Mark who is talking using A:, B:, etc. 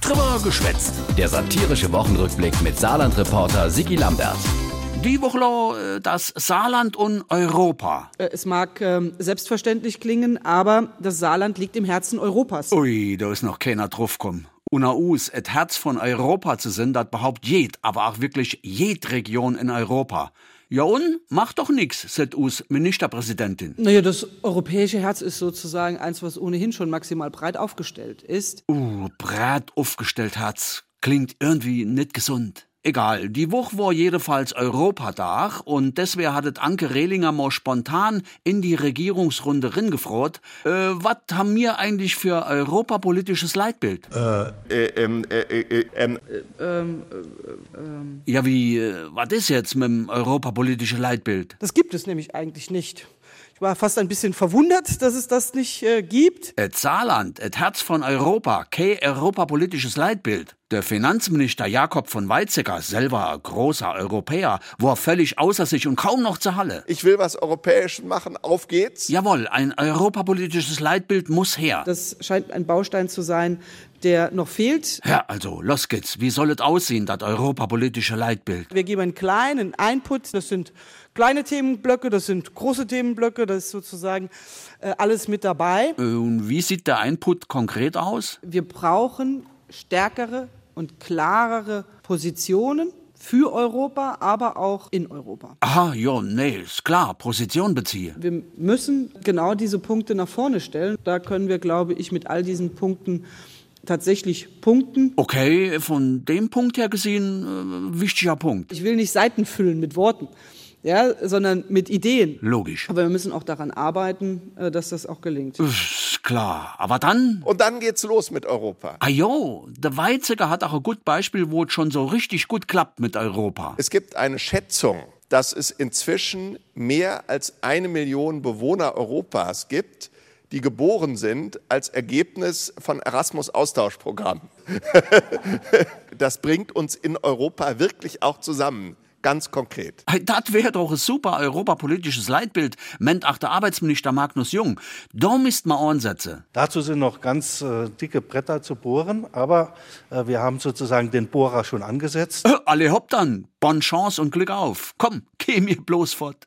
A: Drüber geschwätzt. Der satirische Wochenrückblick mit Saarland-Reporter Sigi Lambert.
B: Die Woche äh, das Saarland und Europa.
C: Äh, Es mag ähm, selbstverständlich klingen, aber das Saarland liegt im Herzen Europas.
B: Ui, da ist noch keiner draufgekommen. Una us, et Herz von Europa zu sein, das behaupt jed, aber auch wirklich jed Region in Europa. Ja und? Macht doch nix, set us Ministerpräsidentin.
C: Naja, das europäische Herz ist sozusagen eins, was ohnehin schon maximal breit aufgestellt ist.
B: Uh, Brat aufgestellt hat's. Klingt irgendwie nicht gesund. Egal, die Woche war jedenfalls Europadach und deswegen hattet Anke Rehlinger mal spontan in die Regierungsrunde ringefroht. Äh, was haben wir eigentlich für europapolitisches Leitbild?
D: ähm, äh, äh, äh, ähm,
B: Ja, wie, äh, was ist jetzt mit dem europapolitischen Leitbild?
C: Das gibt es nämlich eigentlich nicht. Ich war fast ein bisschen verwundert, dass es das nicht äh, gibt.
B: Et Saarland, et Herz von Europa, kein europapolitisches Leitbild. Der Finanzminister Jakob von Weizsäcker, selber ein großer Europäer, war völlig außer sich und kaum noch zur Halle.
D: ich will was Europäisches machen, auf geht's.
B: Jawohl, ein europapolitisches Leitbild muss her.
C: Das scheint ein Baustein zu sein, der noch fehlt.
B: Ja, also, los geht's. Wie soll es aussehen, das europapolitische Leitbild?
C: Wir geben einen kleinen Input. Das sind kleine Themenblöcke, das sind große Themenblöcke, das ist sozusagen äh, alles mit dabei.
B: Äh, Und wie sieht der Input konkret aus?
C: Wir brauchen stärkere und klarere Positionen für Europa, aber auch in Europa.
B: Aha, ja, nee, ist klar, Position beziehe.
C: Wir müssen genau diese Punkte nach vorne stellen. Da können wir, glaube ich, mit all diesen Punkten tatsächlich punkten.
B: Okay, von dem Punkt her gesehen, äh, wichtiger Punkt.
C: Ich will nicht Seiten füllen mit Worten, ja, sondern mit Ideen.
B: Logisch.
C: Aber wir müssen auch daran arbeiten, äh, dass das auch gelingt.
B: Ist klar. Aber dann.
D: Und dann geht's los mit Europa.
B: Ah jo, der Weizsäcker hat auch ein gut Beispiel, wo es schon so richtig gut klappt mit Europa.
D: Es gibt eine Schätzung, dass es inzwischen mehr als eine Million Bewohner Europas gibt, die geboren sind als Ergebnis von Erasmus-Austauschprogrammen. das bringt uns in Europa wirklich auch zusammen, ganz konkret.
B: Ei, Das wäre doch ein super europapolitisches Leitbild, meint auch der Arbeitsminister Magnus Jung. Da müsst man ansetzen.
E: Dazu sind noch ganz äh, dicke Bretter zu bohren, aber äh, wir haben sozusagen den Bohrer schon angesetzt.
B: Äh, alle hopp dann. Bonne Chance und Glück auf. Komm, geh mir bloß fort.